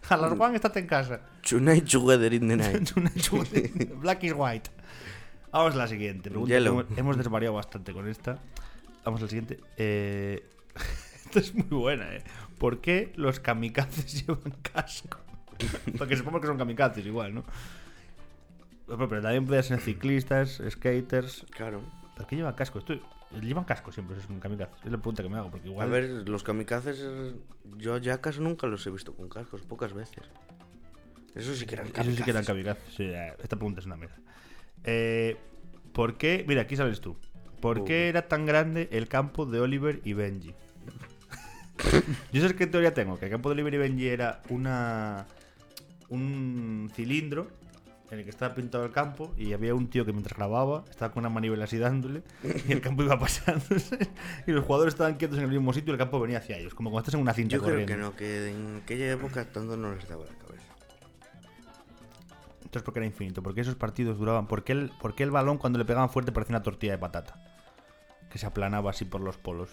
A las Juan estate en casa.
Tonight together in the
<laughs>
night.
Black is white. Vamos a la siguiente. Pregunta que
Yellow.
hemos, hemos desvariado bastante con esta. Vamos a la siguiente. Eh, <laughs> esta es muy buena, ¿eh? ¿Por qué los kamikazes <laughs> llevan casco? Porque supongo que son kamikazes igual, ¿no? Pero, pero también pueden ser ciclistas, skaters.
Claro.
¿Por qué llevan casco? Esto- llevan casco siempre, es un kamikaze. Es la pregunta que me hago, porque
A
igual.
ver, los kamikazes eh, yo ya casi nunca los he visto con cascos, pocas veces. Eso sí que eran
Eso
kamikazes.
sí que eran kamikazes. Sí, eh, esta pregunta es una mierda. Eh, ¿Por qué? Mira, aquí sales tú. ¿Por
Uy.
qué era tan grande el campo de Oliver y Benji? <laughs> Yo sé qué teoría tengo, que el campo de Oliver y Benji era una un cilindro en el que estaba pintado el campo y había un tío que mientras grababa estaba con una manivela así dándole y el campo iba <laughs> pasándose y los jugadores estaban quietos en el mismo sitio y el campo venía hacia ellos, como cuando estás en una cinta
Yo creo
corriendo.
que no, que en aquella época tanto no les daba la cabeza.
Entonces, ¿por qué era infinito? ¿Por qué esos partidos duraban? ¿Por qué, el, por qué el balón cuando le pegaban fuerte parecía una tortilla de patata? Que se aplanaba así por los polos.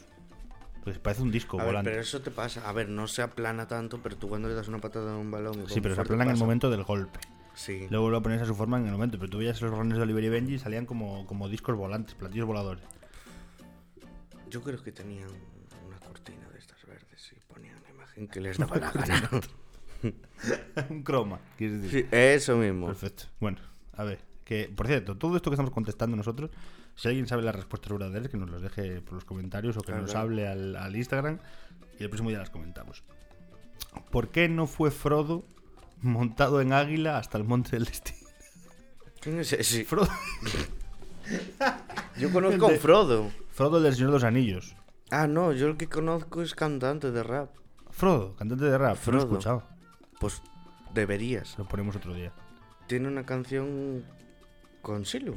Pues parece un disco
A ver,
volante.
pero eso te pasa. A ver, no se aplana tanto, pero tú cuando le das una patada a un balón. y
sí, pero se
fuerte
aplana en el
pasa.
momento del golpe.
Sí.
Luego lo pones a su forma en el momento. Pero tú veías los balones de Oliver y Benji y salían como, como discos volantes, platillos voladores. <laughs>
Yo creo que tenían una cortina de estas verdes y ponían la imagen que les daba la gana.
un croma, quieres decir.
Sí, eso mismo.
Perfecto. Bueno, a ver. Que, por cierto, todo esto que estamos contestando nosotros, si alguien sabe las respuestas verdaderas, que nos las deje por los comentarios o que
Claro,
nos
claro.
hable al, al Instagram y el próximo día las comentamos. ¿Por qué no fue Frodo montado en águila hasta el monte del
<laughs>
destino?
¿Quién es ese?
Frodo,
Yo conozco a un Frodo.
Frodo del Señor de los Anillos.
Ah, no, yo el que conozco es cantante de rap.
Frodo, cantante de rap. Frodo.
Frodo.
Lo he escuchado.
Pues deberías.
Lo ponemos otro día.
Tiene una canción con Silu.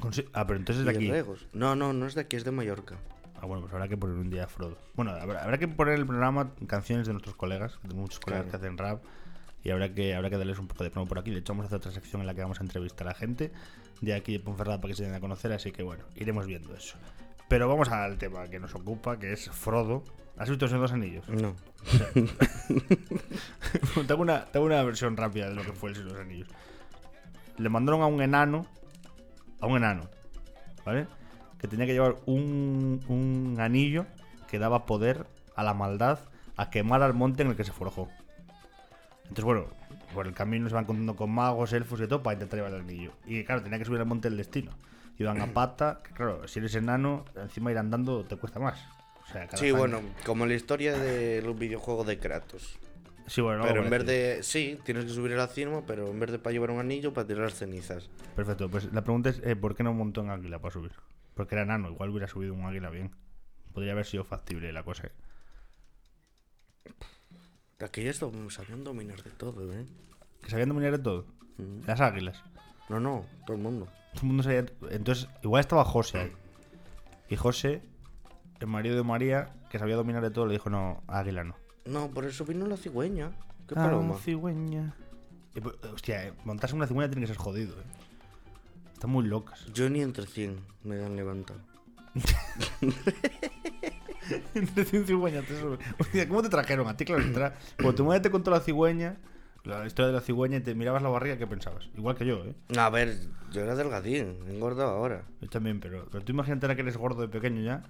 Consi- Ah, pero entonces es de
y
aquí.
Regos. No, no, no es de aquí, es de Mallorca.
Ah, bueno, pues habrá que poner un día a Frodo. Bueno, habrá, habrá que poner en el programa canciones de nuestros colegas, de muchos colegas
Claro.
que hacen rap, y habrá que, habrá que darles un poco de promo por aquí. De hecho, vamos a hacer otra sección en la que vamos a entrevistar a gente de aquí de Ponferrada para que se den a conocer, así que bueno, iremos viendo eso. Pero vamos al tema que nos ocupa, que es Frodo. ¿Has visto los dos anillos?
No.
<laughs> tengo, una, tengo una versión rápida de lo que fue el Señor de los Anillos. Le mandaron a un enano, a un enano, ¿vale? Que tenía que llevar un, un anillo que daba poder a la maldad a quemar al monte en el que se forjó. Entonces, bueno, por el camino se van encontrando con magos, elfos y todo para intentar llevar el anillo. Y claro, tenía que subir al monte del destino.
<clears throat>
Iban a pata, que claro, si eres enano, encima ir andando te cuesta más. O sea, cada
Sí,
zaña-
bueno, como la historia de los videojuegos de Kratos.
Sí, bueno,
pero
algo
en vez
parecido.
de. Sí, tienes que subir a la cima, pero en vez de para llevar un anillo, para tirar cenizas.
Perfecto, pues la pregunta es eh, ¿por qué no montó en águila para subir? Porque era enano, igual hubiera subido un águila bien. Podría haber sido factible la cosa. eh.
Aquellos dom- sabían dominar de todo, ¿eh?
Que sabían dominar de todo.
Mm.
Las águilas.
No, no, todo el mundo.
Todo el mundo sabía. Entonces, igual estaba José ahí. Y José, el marido de María, que sabía dominar de todo, le dijo no, águila no.
No, por eso vino la cigüeña. Qué
Ah,
paloma.
cigüeña. Y, pues, hostia, eh, montarse en una cigüeña tiene que ser jodido. eh. Están muy locas.
Yo ni entre 100 me han levantado.
Entre cien cigüeñas. <laughs> te sube. Hostia, ¿cómo te trajeron a ti? Claro, entra- cuando tu madre te contó la cigüeña, la historia de la cigüeña, y te mirabas la barriga, ¿qué pensabas? Igual que yo, ¿eh?
A ver, yo era delgadín, he engordado ahora.
Yo también, pero, pero tú imagínate ahora que eres gordo de pequeño ya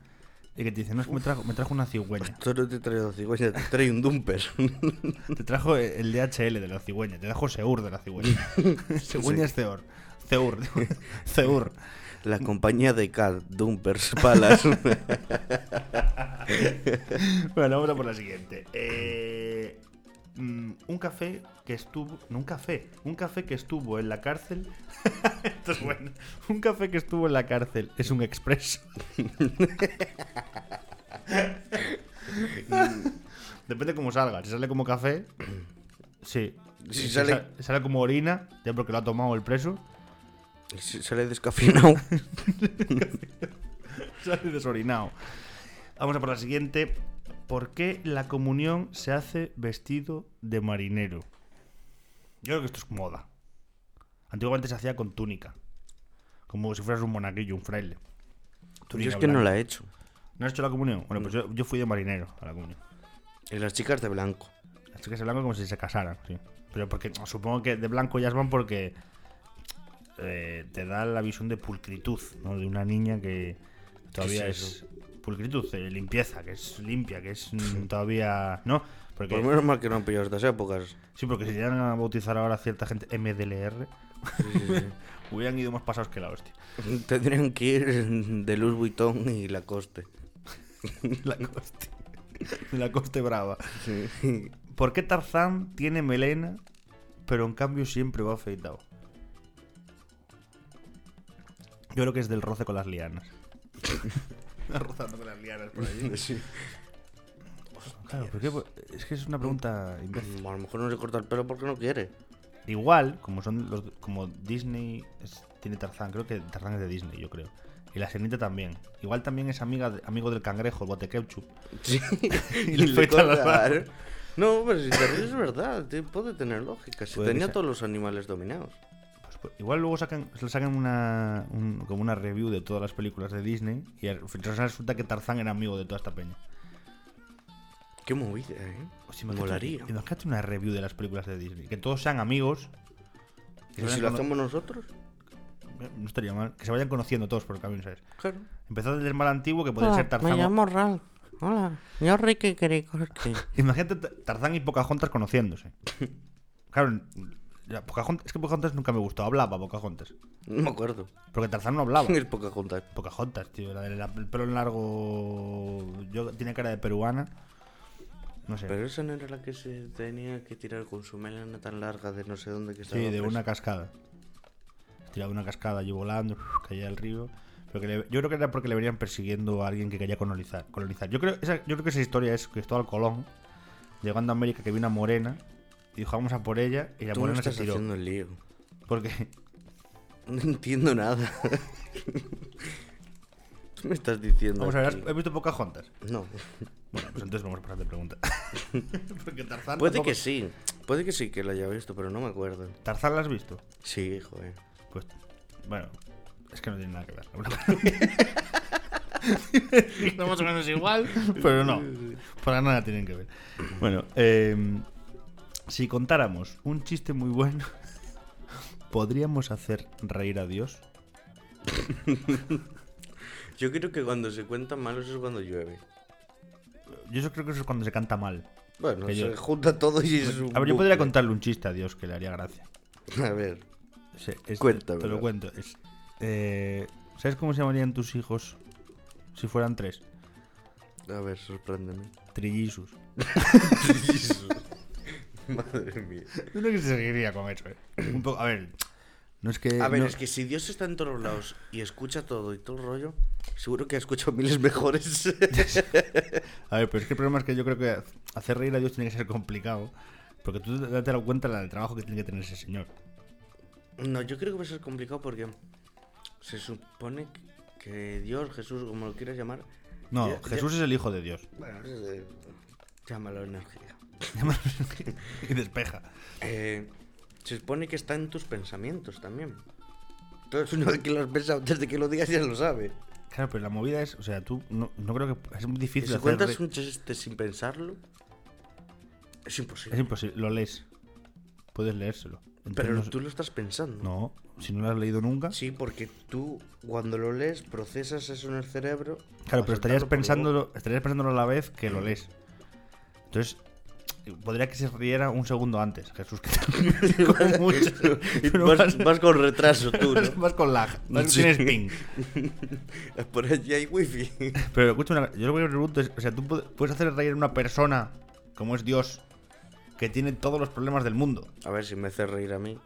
y que te dicen, no, es que me trajo, me trajo una cigüeña.
Tú no te traes dos cigüeñas, te traes un dumper. <laughs>
Te trajo el DHL de la cigüeña, te trajo Seur de la cigüeña. cigüeña es Seur. Seur. <laughs> Seur.
La compañía de CAD, dumpers, palas. <laughs>
Bueno, vamos a por la siguiente. Eh, mm, un café que estuvo. No, un café. Un café que estuvo en la cárcel. <laughs> Esto es bueno. Un café que estuvo en la cárcel es un
<laughs>
expreso. Depende cómo salga. Si sale como café. Sí.
Si sale-
sa- sale como orina, ya porque lo ha tomado el preso.
Se sale descafeinado.
<laughs> Sale desorinado. Vamos a por la siguiente. ¿Por qué la comunión se hace vestido de marinero? Yo creo que esto es moda. Antiguamente se hacía con túnica. Como si fueras un monaguillo, un fraile.
Pues Yo
Túnica
es que no
blanca.
la he hecho.
¿No has hecho la comunión? Bueno, pues yo, yo fui de marinero a la comunión.
Y las chicas de blanco.
Las chicas de blanco como si se casaran, sí. Pero porque supongo que de blanco ellas van porque eh, te da la visión de pulcritud, ¿no? De una niña que todavía
es
es, pulcritud, eh, limpieza, que es limpia, que
<laughs>
es mm, todavía, ¿no? Porque
Por Pues menos mal que no han pillado estas épocas. <laughs>
sí, porque si llegan a bautizar ahora a cierta gente MDLR,
Sí, sí,
<laughs> hubieran ido más pasados que la hostia.
sí. Tendrían que ir de Louis Vuitton y Lacoste.
la coste. <laughs> la coste brava.
Sí.
¿Por qué Tarzán tiene melena, pero en cambio siempre va afeitado? Yo creo que es del roce con las <laughs> lianas. Rozando con las lianas por allí.
Sí.
Claro, ¿por qué? Es que es una pregunta imbécil.
Mm, A lo mejor no se corta el pelo porque no quiere.
Igual, como son los, como Disney es- tiene Tarzán, creo que Tarzán es de Disney, yo creo. Y la sirenita también. Igual también es amiga de- amigo del cangrejo, el bote ketchup.
<laughs> Sí.
<laughs> Y le afeita las
corta- ¿eh? No, pero si te ríes es verdad, te- puede tener lógica. Si
Puede que
tenía
sea.
todos los animales dominados.
Pues, pues, igual luego sacan, sacan una, un- como una review de todas las películas de Disney y al final resulta que Tarzán era amigo de toda esta peña.
Qué movida, ¿eh?
Pues
Molaría.
Imagínate una review de las películas de Disney. Que todos sean amigos. que se
¿Y Pues
vayan
si lo
cono-
hacemos nosotros?
No estaría mal. Que se vayan conociendo todos por el camino, ¿sabes?
Claro.
Empezando desde el mal antiguo, que
Ah,
podría ser Tarzán. o-
Ral. Hola, yo Ricky Kirikorki.
Imagínate Ta- Tarzán y Pocahontas conociéndose. Claro, la Pocahontas- es que Pocahontas nunca me gustó. Hablaba Pocahontas.
<laughs> No me acuerdo.
Porque Tarzán no hablaba.
Es poca junta.
Pocahontas, tío. La del la- el pelo largo. Yo tiene cara de peruana. No sé.
Pero esa no era la que se tenía que tirar con su melena tan larga de no sé dónde que estaba.
sí, de
presa.
una cascada. Tiraba de una cascada allí volando, caía al río. Pero que le- yo creo que era porque le venían persiguiendo a alguien que quería colonizar. colonizar. Yo, creo, esa, yo creo que esa historia es Cristóbal Colón llegando a América que vino a Morena y dijo vamos a por ella y la
Tú me
Morena se
estás
tiró.
haciendo el lío. <laughs>
Porque
No entiendo nada. <laughs> Tú me estás diciendo.
<laughs> Vamos a ver,
aquí.
¿has- ¿has visto Pocahontas?
No.
Bueno, pues entonces vamos a pasar de
<laughs>
pregunta. <laughs> Porque Tarzán.
Puede
Ah, tampoco-
que sí. Puede que sí que la haya visto, pero no me acuerdo.
¿Tarzán la has visto?
Sí, joder.
Pues. Bueno, es que no tiene nada que ver.
<laughs>
no más o menos igual, <laughs> pero no. Para nada tienen
<clears throat>
que ver. Bueno, eh, si contáramos un chiste muy bueno, <laughs> ¿podríamos hacer reír a Dios?
Yo creo que cuando se cuentan malos es cuando llueve.
Yo eso creo que eso es cuando se canta mal.
Bueno,
Que
se
yo-
junta todo y es un
A ver, yo podría
bucle.
contarle un chiste a Dios que le haría gracia.
<laughs> A ver.
Sí, es-
Cuéntamelo.
Te lo cuento. Es, eh, ¿Sabes cómo se llamarían tus hijos si fueran tres?
A ver,
<laughs>
sorpréndeme. <laughs>
Trillizos.
Madre mía.
Yo creo que se seguiría con eso, eh. Un poco- a ver, no es que.
A ver,
Eh, no-
es que si Dios está en todos lados y escucha todo y todo el rollo, seguro que ha escuchado <laughs> miles
<laughs>
mejores.
a ver, pero es que el problema es que yo creo que hacer reír a Dios tiene que ser complicado. Porque tú date la cuenta del trabajo que tiene que tener ese señor.
no, yo creo que va a ser complicado porque se supone que Dios, Jesús, como lo quieras llamar.
No,
ya- ya-
Jesús es el hijo de Dios. <laughs>
Bueno, eh, llámalo energía.
y despeja.
Eh, se supone que está en tus pensamientos también. Entonces, una vez que lo has pensado, desde que lo digas ya lo sabe.
Claro, pero la movida es, o sea, tú no, no creo que es muy
Y
difícil
Si
hacer
cuentas
re-
un chiste sin pensarlo, es imposible.
Es imposible, lo lees. Puedes leérselo. Entonces,
Pero
no sé-
tú lo estás pensando.
No, si no lo has leído nunca.
Sí, porque tú cuando lo lees procesas eso en el cerebro.
Claro,
para
pero estarías
soltarlo por la boca.
pensándolo, estarías pensándolo a la vez que lo lees. Entonces, podría que se riera un segundo antes, Jesús. Que <laughs> te-
<laughs>
como mucho.
Y
Pero
vas, vas con retraso
<laughs>
tú,
vas-
¿no?
vas con lag, vas-
Sí.
tienes ping.
Por allí hay wifi.
Pero escucha una yo lo que me pregunto es, o sea, tú pu- puedes hacer reír a una persona como es Dios, que tiene todos los problemas del mundo.
A ver si me hace reír a mí.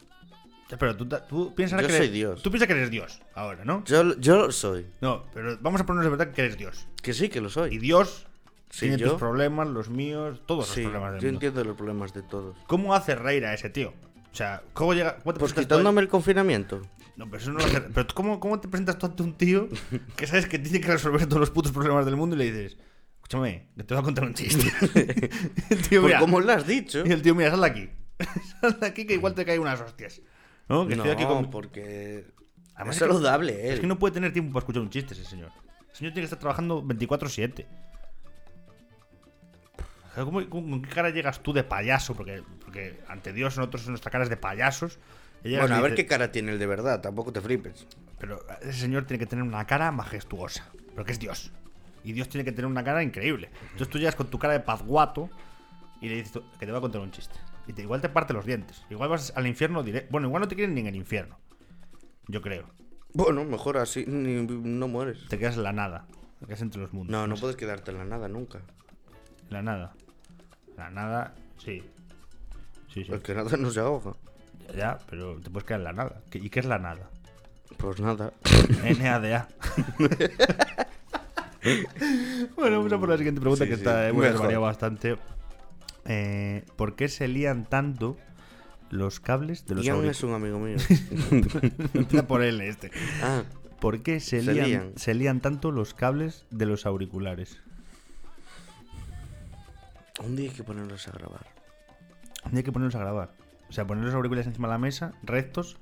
Ya, Pero tú, ta- tú piensas
Yo
que
soy
eres,
Dios.
Tú piensas que eres Dios ahora, ¿no?
Yo, lo- yo lo soy.
No, pero vamos a ponernos de verdad que eres Dios.
Que sí, que lo
Y
soy.
Dios
Sí,
tiene
yo-
tus problemas, los míos, todos
Sí,
los problemas del
yo
mundo.
entiendo los problemas de todos.
¿Cómo hace reír a ese tío? O sea, ¿cómo llega? ¿cómo te
Pues
presentas tú a-
quitándome el confinamiento.
No, pero eso no lo hace- Pero tú ¿cómo, ¿cómo te presentas tú ante un tío que sabes que tiene que resolver todos los putos problemas del mundo y le dices, escúchame, que te voy a contar un
<laughs>
chiste? El tío,
Por
mira,
como lo has dicho.
Y el tío, mira, sal de aquí. Sal de aquí que igual te caen unas hostias. ¿No? Que
no,
estoy aquí con...
porque
Además
es
es que-
saludable eh. él.
Es que no puede tener tiempo para escuchar un chiste ese señor. El señor tiene que estar trabajando 24-7. O sea, ¿cómo- cómo- ¿Con qué cara llegas tú de payaso? Porque, porque ante Dios nosotros nuestra cara es de payasos. Y llegas
Bueno,
y
a ver
dices,
qué cara tiene el de verdad, tampoco te flipes.
Pero ese señor tiene que tener una cara majestuosa. Porque es Dios. Y Dios tiene que tener una cara increíble. Entonces tú llegas con tu cara de pazguato y le dices tú, que te va a contar un chiste. Y te, igual te parte los dientes. Igual vas al infierno directo. Bueno, igual no te quieren ni en el infierno. Yo creo.
Bueno, mejor así, ni- no mueres.
Te quedas en la nada. Te quedas entre los mundos.
No, no puedes quedarte en la nada nunca.
La nada. La nada, sí. Sí, sí.
El Pues que nada no se ahoga.
Ya, pero te puedes quedar en la nada. ¿Qué- ¿Y qué es la nada?
Pues nada.
NADA. <laughs> bueno, vamos a por la siguiente pregunta
Sí,
que
sí,
está hemos
mejor.
variado bastante. Eh, ¿Por qué se lían tanto los cables de los
Ian
auriculares?
es un amigo
<laughs>
mío.
Empieza por él este.
Ah,
¿Por qué se,
Se
lían,
lían.
se lían tanto los cables de los auriculares?
un día hay que ponerlos a grabar.
Un día hay que ponerlos a grabar. O sea, poner los auriculares encima de la mesa, rectos,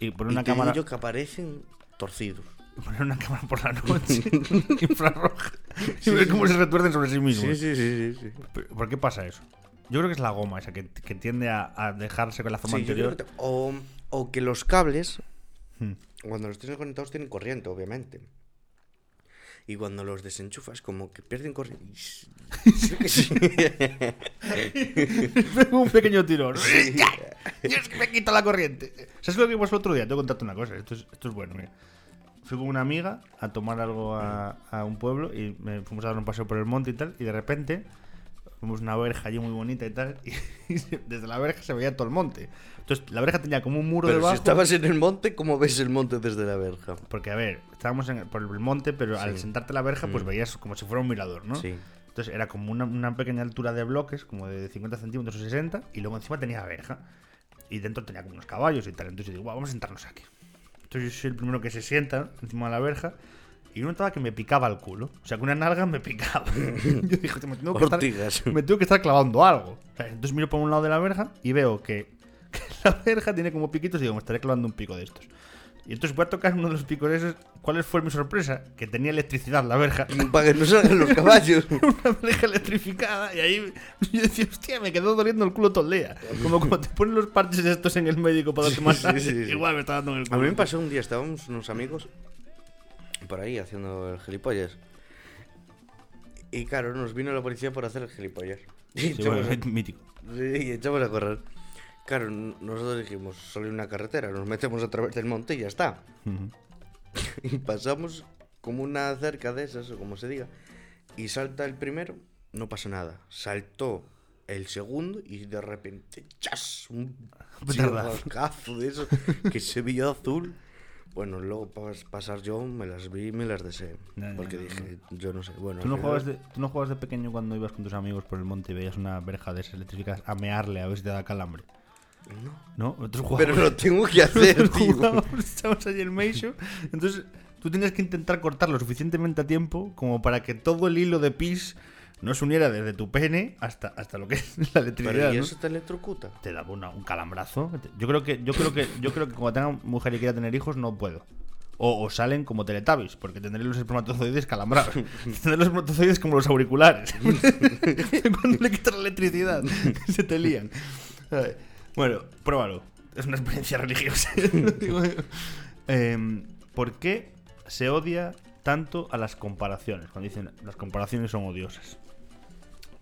y poner
Y
una
te digo
cámara.
yo que aparecen torcidos.
<laughs> poner una cámara por la noche <laughs> infrarroja y ver cómo se retuercen sobre sí mismos.
sí, sí, sí.
Pero, ¿Por qué pasa eso? Yo creo que es la goma esa que, que tiende a, a dejarse con la forma
yo creo
anterior. <laughs>
que te- o, o que los cables,
Hmm.
cuando los tienes conectados, tienen corriente, obviamente. Y cuando los desenchufas, como que pierden corriente. <laughs> Yo
<laughs>
qué sé.
Un pequeño
<laughs>
tirón. <laughs> Dios, que me quita la corriente. ¿Sabes lo que pasó el otro día? Tengo que contarte una cosa. Esto es, esto es bueno, mira. Fui con una amiga a tomar algo a, a un pueblo y me fuimos a dar un paseo por el monte y tal. Y de repente, fuimos a una verja allí muy bonita y tal. Y, <laughs> se- desde la verja se veía todo el monte. Entonces, la verja tenía como un muro
Pero si
debajo.
estabas en el monte, ¿cómo ves el monte desde la verja?
Porque, a ver, estábamos en- por el monte, pero al
Sí.
sentarte a la verja, pues
Mm.
veías como si fuera un mirador, ¿no?
Sí.
Entonces era como una, una pequeña altura de bloques, como de 50 centímetros o 60, y luego encima tenía verja. Y dentro tenía como unos caballos y tal. Entonces yo digo, "Buah, vamos a sentarnos aquí. Entonces yo soy el primero que se sienta encima de la verja. Y yo notaba que me picaba el culo. O sea, que una nalga me picaba. <laughs> yo dije, "Hostia, me tengo, que estar,
Ortigas.
me tengo que estar clavando algo. O sea, entonces miro por un lado de la verja y veo que, <laughs> que la verja tiene como piquitos. Y digo, me estaré clavando un pico de estos. Y entonces voy a tocar uno de los picos esos. ¿Cuál fue mi sorpresa? Que tenía electricidad la verja
Para que no salgan los caballos.
<laughs> una pareja electrificada y ahí <laughs> yo decía, hostia, me quedó doliendo el culo todo el día. Como cuando te ponen los parches estos en el médico para darte
Sí,
masaje,
sí, sí.
igual me está dando en el
A
culo.
mí me pasó un día, estábamos unos amigos por ahí haciendo el gilipollas. Y claro, nos vino la policía por hacer el gilipollas. Y,
Sí,
echamos,
bueno, es mítico.
a, sí, y echamos a correr. Claro, n- nosotros dijimos, solo hay una carretera, nos metemos a través del monte y ya está. Y pasamos como una cerca de esas, o como se diga, y salta el primero, no pasa nada. Saltó el segundo y de repente, ¡chas!
<laughs>
Un
Petardazo.
chirrascazo de eso que se vio azul. Bueno, luego pas- pasar yo me las vi y me las deseé.
Ya, ya,
porque
ya,
dije, yo no sé. Bueno,
¿Tú no,
al final-
jugabas de, ¿Tú no jugabas de pequeño cuando ibas con tus amigos por el monte y veías una verja de esas electrificadas a mearle a ver si te da calambre? No. ¿No? Nosotros jugábamos-
<laughs> Pero lo
<laughs>
tengo que hacer,
Nosotros
tío.
jugábamos, echábamos allí el meisho. Entonces, tú tenías que intentar cortar lo suficientemente a tiempo como para que todo el hilo de pis no se uniera desde tu pene hasta, hasta lo que es la electricidad.
Pero ¿y
¿no?
eso te electrocuta?
te daba una- un calambrazo. Yo creo que, yo creo que, yo creo que cuando tenga mujer y quiera tener hijos, no puedo. O, o salen como Teletubbies, porque tendré los espermatozoides calambrados. tendré los espermatozoides como los auriculares. Cuando le quitas la electricidad, se te lían. Ay, Bueno, pruébalo. Es una experiencia religiosa. Digo yo. Em, ¿Por qué se odia tanto a las comparaciones? Cuando dicen las comparaciones son odiosas.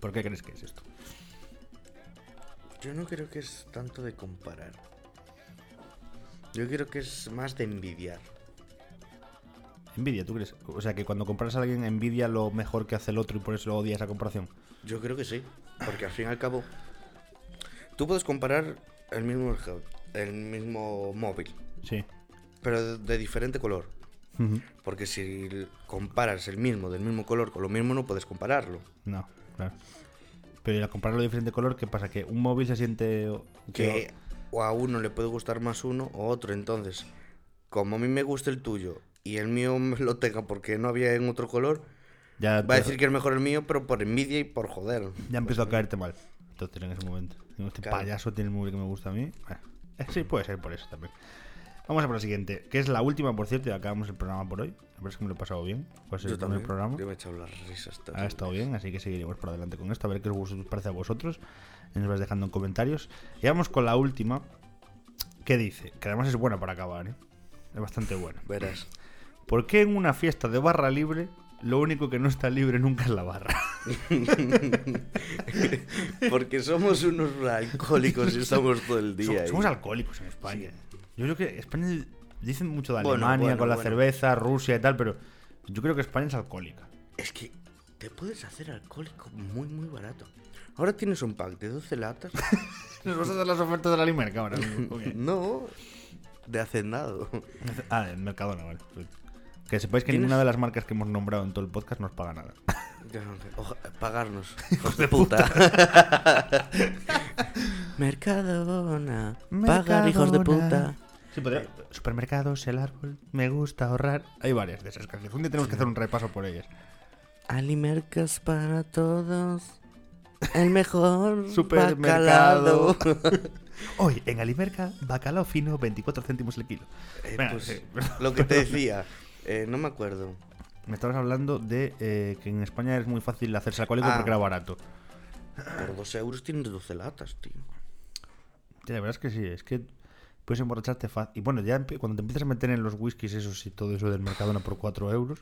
¿Por qué crees que es esto?
Yo no creo que es tanto de comparar. Yo creo que es más de envidiar.
Envidia, ¿tú crees? O sea, que cuando comparas a alguien, envidia lo mejor que hace el otro y por eso lo odia esa comparación.
Yo creo que sí. Porque al fin y al cabo, tú puedes comparar el mismo, orge- el mismo móvil,
Sí.
pero de, de diferente color. Porque si l- comparas el mismo del mismo color con lo mismo, no puedes compararlo.
No, claro. Pero al compararlo de diferente color, ¿qué pasa? ¿Que un móvil se siente. o-
Que o a uno le puede gustar más uno o otro. Entonces, como a mí me gusta el tuyo y el mío me lo tenga porque no había en otro color,
Ya,
va a
te-
decir que es mejor el mío, pero por envidia y por joder.
ya empezó a caerte mal. Entonces, en ese momento. Digo, este
Claro.
payaso tiene el móvil que me gusta a mí. Bueno, eh, sí, puede ser por eso también. Vamos a por la siguiente, que es la última, por cierto, y acabamos el programa por hoy. La verdad es que me lo he pasado bien. Pues el primer programa. Ah,
Yo me he echado las risas.
ha
terribles.
estado bien, así que seguiremos por adelante con esto, a ver qué os parece a vosotros. Y Nos vais dejando en comentarios. Y vamos con la última, que dice, que además es buena para acabar, ¿eh? es bastante buena.
Verás.
¿Por qué en una fiesta de barra libre lo único que no está libre nunca es la barra?
Porque somos unos alcohólicos y estamos todo el <laughs> día.
Som-
ahí.
Somos alcohólicos en España. Yo creo que España dicen mucho de
Bueno,
Alemania
bueno,
con la
bueno.
cerveza, Rusia y tal, pero yo creo que España es alcohólica.
Es que te puedes hacer alcohólico muy, muy barato. Ahora tienes un pack de 12 <laughs> latas.
Nos vas a dar las ofertas de la Limerca ahora. mismo? <laughs> Ok.
no, de hacendado.
Ah, el Mercadona, vale. Que sepáis que
¿Tienes?
ninguna de las marcas que hemos nombrado en todo el podcast nos paga nada.
Ya, oja- <laughs> pagarnos. Hijos de puta. <laughs> Mercadona. Pagar, hijos de puta.
Sí, podría. Supermercados, el árbol, me gusta ahorrar. Hay varias de esas canciones. Un día tenemos que hacer un repaso por ellas.
Alimercas para todos. El <laughs> mejor
Supermercado.
<laughs> bacalao.
Hoy, en Alimerca, bacalao fino, 24 céntimos el kilo.
Eh,
Venga,
pues,
sí.
lo que te decía, eh, no me acuerdo.
Me estabas hablando de eh, que en España es muy fácil hacerse alcohólico
Ah.
porque era barato.
Por 12 euros tienes 12 latas, tío.
Sí, la verdad es que sí, es que puedes emborracharte fácil. Y bueno, ya empe- cuando te empiezas a meter en los whiskies esos y todo eso del Mercadona por 4 euros,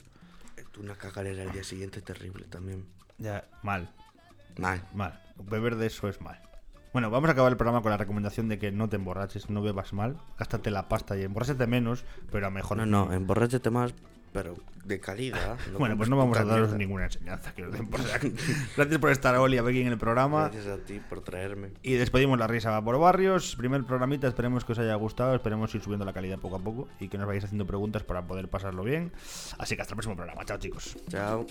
Eh, tú Una cagarera al día siguiente terrible también.
ya mal.
Mal.
Mal. Beber de eso es mal. Bueno, vamos a acabar el programa con la recomendación de que no te emborraches, no bebas mal, gástate la pasta y emborráchate menos, pero a mejor.
No, no, emborráchate más, pero de calidad. no
Bueno, pues
comas
no vamos a
puta
daros
mierda.
ninguna enseñanza que os den
<laughs>
por saco. Gracias por estar, Oli, a Becky en el programa.
Gracias a ti por traerme.
Y despedimos la risa por barrios. Primer programita, esperemos que os haya gustado. Esperemos ir subiendo la calidad poco a poco y que nos vayáis haciendo preguntas para poder pasarlo bien. Así que hasta el próximo programa. Chao, chicos.
Chao.